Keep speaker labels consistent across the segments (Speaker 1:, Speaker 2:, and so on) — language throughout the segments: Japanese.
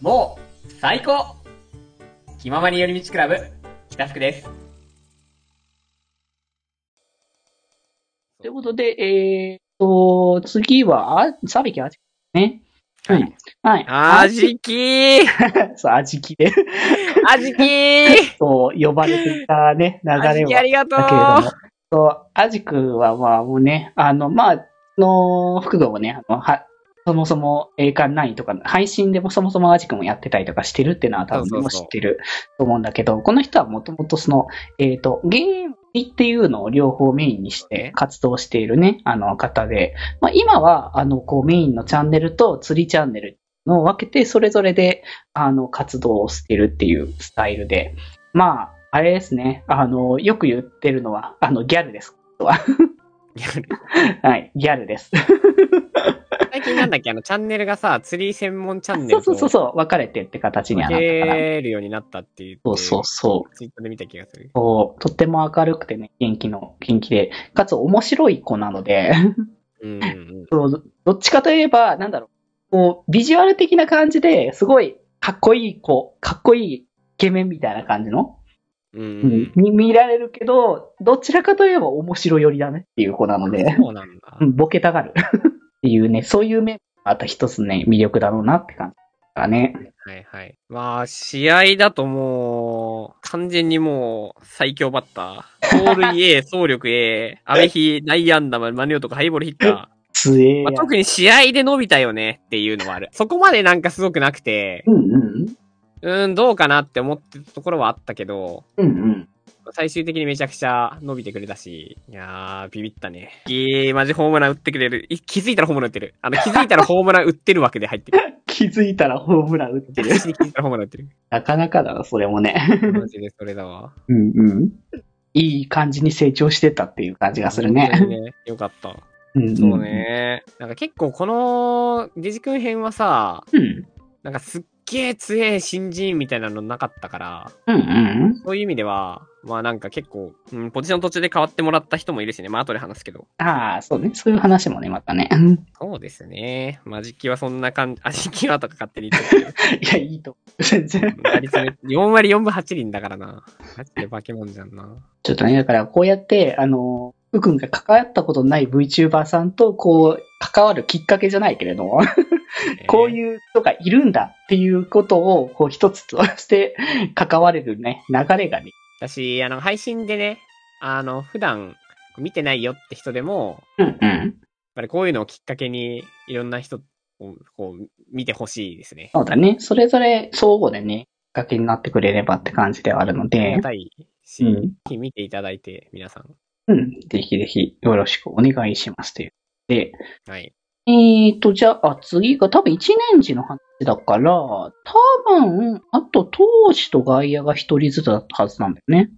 Speaker 1: もう、最高気ままに寄り道クラブ、北福です。
Speaker 2: ということで、えー、っと、次は、あ、サビキアジキね。はい。はい。
Speaker 3: あじきー
Speaker 2: そう、アジキで、
Speaker 3: あじきー
Speaker 2: そう、呼ばれていたね、流れ
Speaker 3: あじきあ
Speaker 2: は。
Speaker 3: りがとう
Speaker 2: だけれども、そう、アジクはまあもうね、あの、まあ、あの、福堂をね、あの、は、そもそも栄冠9とか、配信でもそもそもアジクもやってたりとかしてるっていうのは多
Speaker 3: そう
Speaker 2: 分
Speaker 3: そう
Speaker 2: も
Speaker 3: そう
Speaker 2: 知ってると思うんだけど、この人はもともとその、えっ、と、ゲームっていうのを両方メインにし
Speaker 3: そう
Speaker 2: て
Speaker 3: ね
Speaker 2: 活動しているね、あの方で、まあ今は、あの、こうメインのチャンネルと釣りチャンネルのを分けて、それぞれで、あの、活動をしてるっていうスタイルで、まあ、あれですね、あの、よく言ってるのは、あの、ギャルです。はい、ギャルです。
Speaker 3: 最近なんだっけあの、チャンネルがさ、釣り専門チャンネ
Speaker 2: そう
Speaker 3: ル
Speaker 2: そうそ
Speaker 3: と
Speaker 2: うそう、分かれてって形には
Speaker 3: 分
Speaker 2: なったから。
Speaker 3: けるようになったっていう。
Speaker 2: そうそうそう。
Speaker 3: ツイッターで見た気がする。
Speaker 2: そう、とっても明るくてね、元気の、元気で、かつ面白い子なので、
Speaker 3: うんうん。
Speaker 2: そうどっちかといえば、なんだろう、こう、ビジュアル的な感じですごいかっこいい子、かっこいいイケメンみたいな感じの、
Speaker 3: う
Speaker 2: うんん、に見られるけど、どちらかといえば面白い寄りだねっていう子なの
Speaker 3: うん。
Speaker 2: で、
Speaker 3: そうなんだ
Speaker 2: う。んボケたがる っていうね、そういう面もまた一つね、魅力だろうなって感じだね。
Speaker 3: はいはい。まあ、試合だともう、完全にもう、最強バッタ ー。走塁 A、走力 A、安倍比、内安打、マニオとかハイボールヒッター。
Speaker 2: 強えや
Speaker 3: まあ、特に試合で伸びたよねっていうのはある。 そこまでなんかすごくなくて、
Speaker 2: うんうん。
Speaker 3: うーん、どうかなって思ってたところはあったけど、
Speaker 2: うんうん。
Speaker 3: 最終的にめちゃくちゃ伸びてくれたし、いやー、ビビったね。ギー、マジホームラン打ってくれる。い気づいたらホームラン打ってる。あ の、気づいたらホームラン打ってるわけで入ってくる。
Speaker 2: 気づいたらホームラン打っ
Speaker 3: 気
Speaker 2: てる。
Speaker 3: づいたらホームラン打ってる。
Speaker 2: なかなかだな、それもね。
Speaker 3: マジでそれだわ。
Speaker 2: うんうん。いい感じに成長してたっていう感じがする
Speaker 3: 本当
Speaker 2: ね。
Speaker 3: にね。よかった。
Speaker 2: うんん
Speaker 3: そう。ね。なんか結構この、デジ君編はさ、
Speaker 2: うん。
Speaker 3: なんかすっげー強え新人みたいなのなかったから、
Speaker 2: うんうん。
Speaker 3: そういう意味では、まあなんか結構、うん、ポジション途中で変わってもらった人もいるしね、まあ後で話すけど。
Speaker 2: ああ、そうね。そういう話もね、またね。うん
Speaker 3: そうですね。まあ時期はそんな感じ、 あ、時期はとか勝手に言ってる。
Speaker 2: いや、いいと思う。全然。
Speaker 3: 打率ね4割4分8厘だからな。マジで化け物じゃんな。
Speaker 2: ちょっとね、だからこうやって、あの、ふくんが関わったことのない VTuber さんと、こう、関わるきっかけじゃないけれども、こう
Speaker 3: う。
Speaker 2: いう人がいるんだっていうことを、こう一つとして関われるね、流れがね。
Speaker 3: 私、あの、配信でね、あの、普段見てないよって人でも、
Speaker 2: うんうん。
Speaker 3: やっぱりこういうのをきっかけに、いろんな人をこう、見てほしいですね。
Speaker 2: そうだね。それぞれ相互でね、きっかけになってくれればって感じではあるの
Speaker 3: あり
Speaker 2: で
Speaker 3: が、たいし、見ていただいて、皆さん。
Speaker 2: うん。ぜひぜひよろしくお願いしますという。で、
Speaker 3: はい。
Speaker 2: えーと、じゃあ次が多分1年次の話だから、多分、あと当時と外野が一人ずつだったはずなんだよね。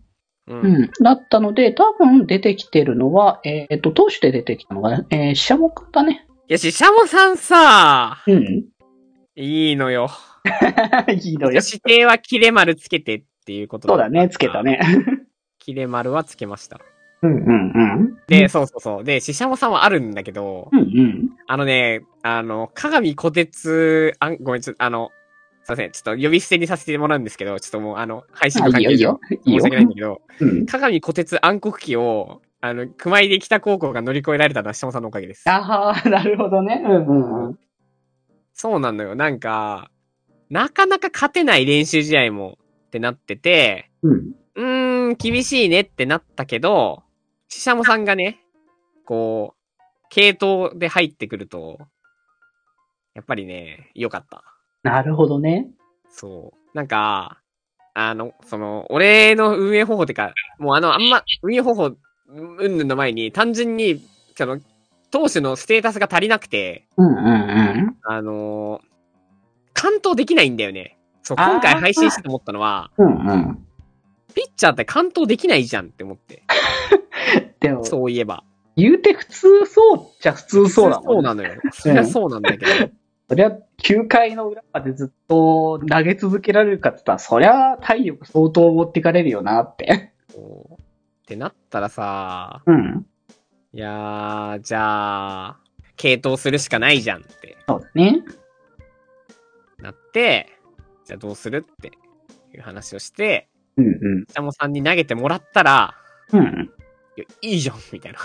Speaker 3: う
Speaker 2: う。ん。だったので、多分出てきてるのは、えっ、と、投手で出てきたのが、えー、シャモくんだね。
Speaker 3: いや、ししゃもさんさ、
Speaker 2: うん。
Speaker 3: いいのよ。
Speaker 2: いいのよ。
Speaker 3: 指定は切れ丸つけてっていうこと
Speaker 2: そうだ ね、つけた。ね。
Speaker 3: 切れ丸はつけました。
Speaker 2: うんうんうん。
Speaker 3: で、そうそうそう。で、ししゃもさんはあるんだけど、
Speaker 2: うんうん。
Speaker 3: あのね、あの、鏡小鉄、あん、ごめん、ちょっと、あの、すいません、ちょっと呼び捨てにさせてもらうんですけど、ちょっともう、あの、配信の
Speaker 2: あ、い
Speaker 3: 関
Speaker 2: いよ
Speaker 3: 係
Speaker 2: い
Speaker 3: 上申
Speaker 2: いよ。いいよ
Speaker 3: し訳ないんだけど、
Speaker 2: うん。
Speaker 3: 鏡小鉄暗黒期を、あの、熊井で北高校が乗り越えられたのはししゃもさんのおかげです。
Speaker 2: ああ、なるほどね。うんうんうん。
Speaker 3: そうなのよ。なんか、なかなか勝てない練習試合もってなってて、
Speaker 2: うん。
Speaker 3: うーん、厳しいねってなったけど、シシャモさんがね、こう、系統で入ってくると、やっぱりね、良かった。
Speaker 2: なるほどね。
Speaker 3: そう。なんか、あの、その、俺の運営方法ってか、もうあの、あんま、運営方法、うんぬんの前に、単純に、その、投手のステータスが足りなくて、
Speaker 2: うんうんうん。
Speaker 3: あのー完投できないんだよね。そう、
Speaker 2: あー
Speaker 3: 今回配信してて思ったのは、
Speaker 2: うんうん。
Speaker 3: ピッチャーって完投できないじゃんって思って。
Speaker 2: でも、
Speaker 3: そういえば。
Speaker 2: 言うて普通そうじゃ普通 そうだもん、ね。
Speaker 3: なのよ。そりゃそうなんだけど。
Speaker 2: そりゃ、9回の裏までずっと投げ続けられるかって言ったら、そりゃ体力相当持ってかれるよなって。
Speaker 3: こうってなったらさ、
Speaker 2: うん。
Speaker 3: いやー、じゃあ、系統するしかないじゃんって
Speaker 2: そうだね。
Speaker 3: なって、じゃあどうするっていう話をして、
Speaker 2: うんうん。
Speaker 3: 北本さんに投げてもらったら、
Speaker 2: うん。
Speaker 3: いやいいじゃんみたいな。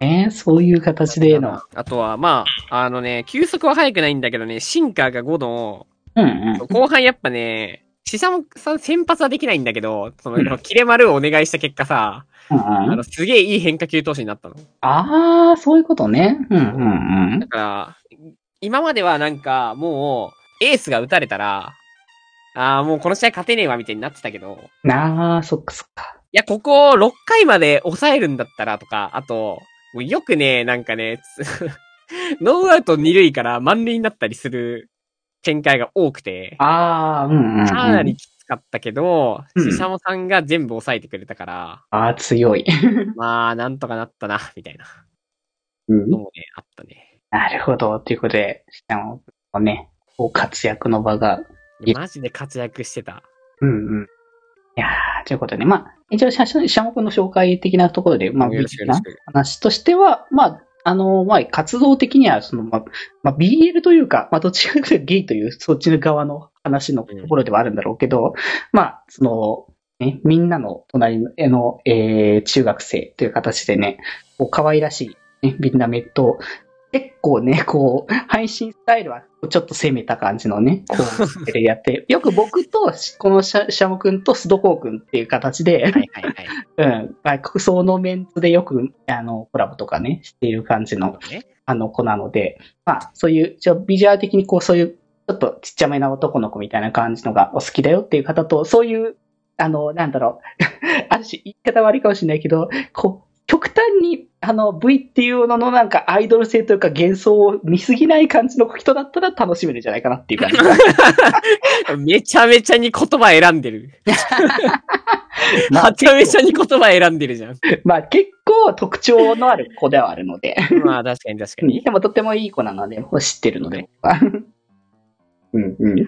Speaker 2: えー、そういう形での。
Speaker 3: あとは、まあ、あのね、球速は速くないんだけどね、シンカーが5の、
Speaker 2: うんうん。
Speaker 3: 後半やっぱね、シサモさん先発はできないんだけど、そ
Speaker 2: うん
Speaker 3: の、切れ丸をお願いした結果さ、
Speaker 2: うんう
Speaker 3: あ
Speaker 2: ん
Speaker 3: の、すげえいい変化球投手になったの。
Speaker 2: ああ、そういうことね。うんうんうん
Speaker 3: だ。から、今まではなんか、もう、エースが打たれたら、ああ、もうこの試合勝てねえわ、みたいになってたけど、
Speaker 2: なあ、そっかそっか。
Speaker 3: いや、ここ6回まで抑えるんだったらとか、あと、もうよくね、なんかね、 つノーアウト2塁から満塁になったりする展開が多くて、
Speaker 2: ああ、うんうん、うん。
Speaker 3: かなりきつかったけど、
Speaker 2: うん
Speaker 3: シシャモさんが全部抑えてくれたから、
Speaker 2: ああ、強い。
Speaker 3: まあ、なんとかなったな、みたいな
Speaker 2: うん
Speaker 3: のもね、あったね。
Speaker 2: なるほど。ということで、下のね、こう活躍の場が。いや
Speaker 3: マジで活躍してた。
Speaker 2: うんうん。いやーということで、まあ、一応、シャシャモ君の紹介的なところで、まあ、
Speaker 3: よろしくよろしく。
Speaker 2: 話としては、まあ、あの、まあ、活動的には、その、まあ、まあ、BL というか、まあ、どっちかというとゲイという、そっちの側の話のところではあるんだろうけど、まあ、その、ね、みんなの隣の、えのえー中学生という形でね、こう、可愛らしい、ね、みんなメット、結構ね、こう、配信スタイルは、ちょっと攻めた感じのね、こう、やって、よく僕と、このシャシャモ君と須戸光君っていう形で、
Speaker 3: はいはいはい。
Speaker 2: うん。外国層のメンツでよく、あの、コラボとかね、している感じ の、
Speaker 3: ね
Speaker 2: あの子なので、まあ、そういう、じゃあビジュアル的にこう、そういう、ちょっとちっちゃめな男の子みたいな感じのがお好きだよっていう方と、そういう、あの、なんだろう、 ある種言い方悪いかもしれないけど、こう、極端に、あの、V っていうののなんかアイドル性というか幻想を見すぎない感じの人だったら楽しめるんじゃないかなっ ていう感じが。
Speaker 3: めちゃめちゃに言葉選んでる。
Speaker 2: まあ
Speaker 3: めちゃめちゃに言葉選んでるじゃん。
Speaker 2: まあ結構特徴のある子ではあるので。
Speaker 3: まあ確かに確か
Speaker 2: うん
Speaker 3: に。
Speaker 2: でもとってもいい子なので、知ってるので。 うんうん。っ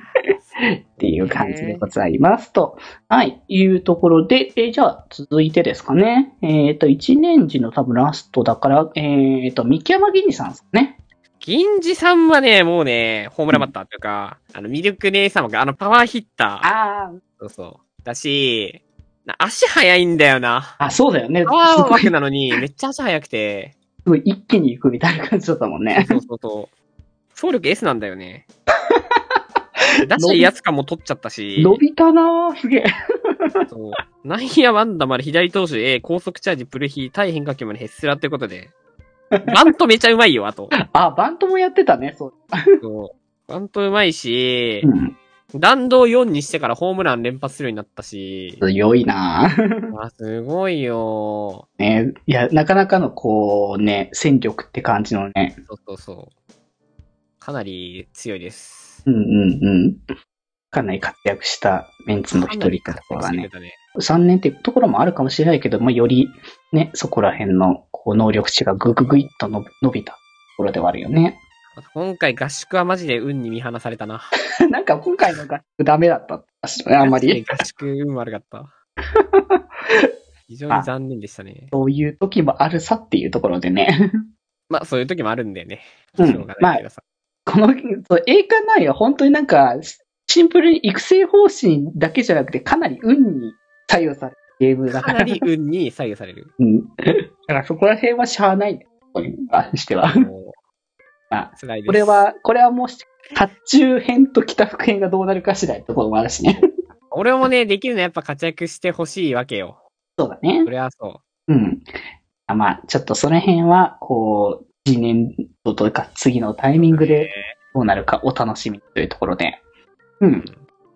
Speaker 2: ていう感じでございますと。はい。いうところで、えーじゃあ続いてですかね。えっ、と、1年時の多分ラストだから、えっ、と、三木山銀次さんですかね。
Speaker 3: 銀次さんはね、もうね、ホームランバッターというか、あの、ミルク姉様が、あの、パワーヒッター。
Speaker 2: あ
Speaker 3: そうそう。だし、な足速いんだよな。
Speaker 2: あ、そうだよね。す
Speaker 3: パワー
Speaker 2: ごい、
Speaker 3: 枠
Speaker 2: す
Speaker 3: なの に、めっちゃ足速くて。
Speaker 2: ごい一気に行くみたいな感じだったもんね。
Speaker 3: そうそうそう。総力 S なんだよ ね。だし、やつかも取っちゃったし。
Speaker 2: 伸びたなぁ、すげえ。
Speaker 3: そう。内野ワンダまで左投手 A、高速チャージ、プルヒー、対変化球までヘッスラということで。バントめちゃうまいよ、あと。
Speaker 2: あ、バントもやってたね、そう。
Speaker 3: そうバントうまいし
Speaker 2: う、ん。
Speaker 3: 弾道4にしてからホームラン連発するようになったし。
Speaker 2: 強いなぁ。
Speaker 3: あ、すごいよ
Speaker 2: ね、いや、なかなかのこうね、戦力って感じのね、
Speaker 3: ー。そうそうそう。かなり強いです。
Speaker 2: うんうんうん。かなり活躍したメンツの一人ってところがね、
Speaker 3: かなり活躍して
Speaker 2: 3年っていうところもあるかもしれないけど、まあ、よりね、そこら辺のこう能力値がぐぐぐいっとの伸びたところではあるよね。
Speaker 3: たね。今回合宿はマジで運に見放されたな。
Speaker 2: なんか今回の合宿ダメだったって話だね、あんまり。。
Speaker 3: 合宿運悪かった。 非常に残念でしたね。
Speaker 2: そういう時もあるさっていうところでね。
Speaker 3: まあ、そういう時もあるんだよね。
Speaker 2: うん
Speaker 3: しょがないけどさ
Speaker 2: この、そう栄冠ナインは本当になんか、シンプルに育成方針だけじゃなくて、かなり運に左右されるゲームだ
Speaker 3: か
Speaker 2: か
Speaker 3: な
Speaker 2: ら。。
Speaker 3: り運に左右される
Speaker 2: うん。だからそこら辺はしゃあないね。これに関しては。
Speaker 3: もう
Speaker 2: あ
Speaker 3: 辛いです。
Speaker 2: これ、は、これはもうし、発注編と北復編がどうなるか次第ってところもあるしね。
Speaker 3: 俺もね、できるのはやっぱ活躍してほしいわけよ。
Speaker 2: そうだね
Speaker 3: そ。れはそ
Speaker 2: うん。あまあ、ちょっとその辺は、こう、次年度というか次のタイミング
Speaker 3: う。
Speaker 2: でどうなるかお楽しみというところで。うん。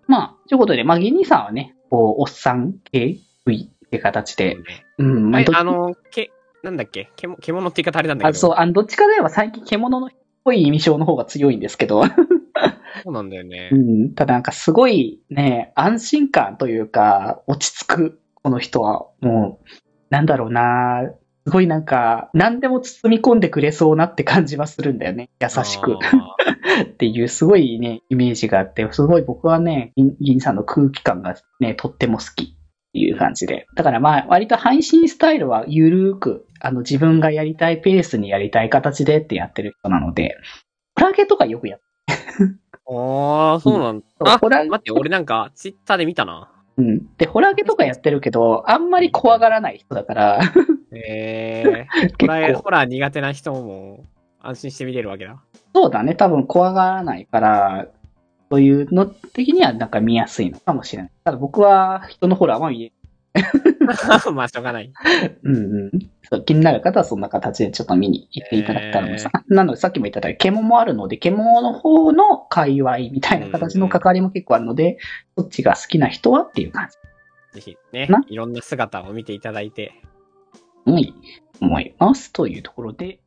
Speaker 2: まあ、ということで、まあ、ギニーさんはね、こう、おっさん系 V って形で
Speaker 3: そう、ね
Speaker 2: うん、ま
Speaker 3: は
Speaker 2: あ
Speaker 3: い
Speaker 2: どっち
Speaker 3: あの、け、なんだっけ獣獣って言い方あれなんだけ
Speaker 2: あ
Speaker 3: ど。
Speaker 2: そう、あの、どっちかといえば最近獣の人っぽい印象の方が強いんですけど、
Speaker 3: そうなんだよね
Speaker 2: う。ん、ただなんかすごいね、安心感というか、落ち着く、この人は。もう、なんだろうなすごいなんか、何でも包み込んでくれそうなって感じはするんだよね。優しく
Speaker 3: あー。
Speaker 2: っていう、すごいね、イメージがあって、すごい僕はね、銀銀さんの空気感がね、とっても好きっていう感じで。だからまあ、割と配信スタイルはゆるーく、あの、自分がやりたいペースにやりたい形でってやってる人なので、クラゲとかよくやっ
Speaker 3: ああ、そうなんだ。あ、
Speaker 2: ホラー
Speaker 3: 待って、俺なんか、ツイッターで見たな。
Speaker 2: うん。で、ホラーゲとかやってるけど、あんまり怖がらない人だ から、
Speaker 3: ええー。 ホ
Speaker 2: 結
Speaker 3: ラー、
Speaker 2: 構、
Speaker 3: ホラー苦手な人も、安心して見れるわけだ。
Speaker 2: そうだね、多分怖がらないから、そういうの的にはなんか見やすいのかもしれない。ただ僕は人のホラーは見え
Speaker 3: まあ、しょうがない。
Speaker 2: うんうんそう。気になる方はそんな形でちょっと見に行っていただけたらもさ、なのでさっきも言った通り、獣もあるので、獣の方の界隈みたいな形の関わりも結構あるので、そっちが好きな人はっていう感じ。
Speaker 3: ぜひね
Speaker 2: ない
Speaker 3: ろんな姿を見ていただいて。
Speaker 2: うん、思います。というところで、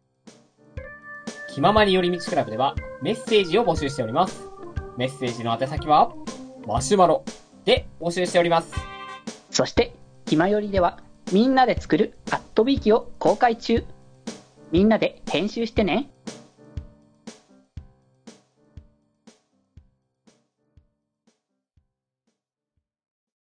Speaker 1: 気ままに寄り道クラブではメッセージを募集しております。メッセージの宛先は、マシュマロで募集しております。
Speaker 2: そして、ひまよりでは、みんなで作るアットビーキを公開中。みんなで編集してね。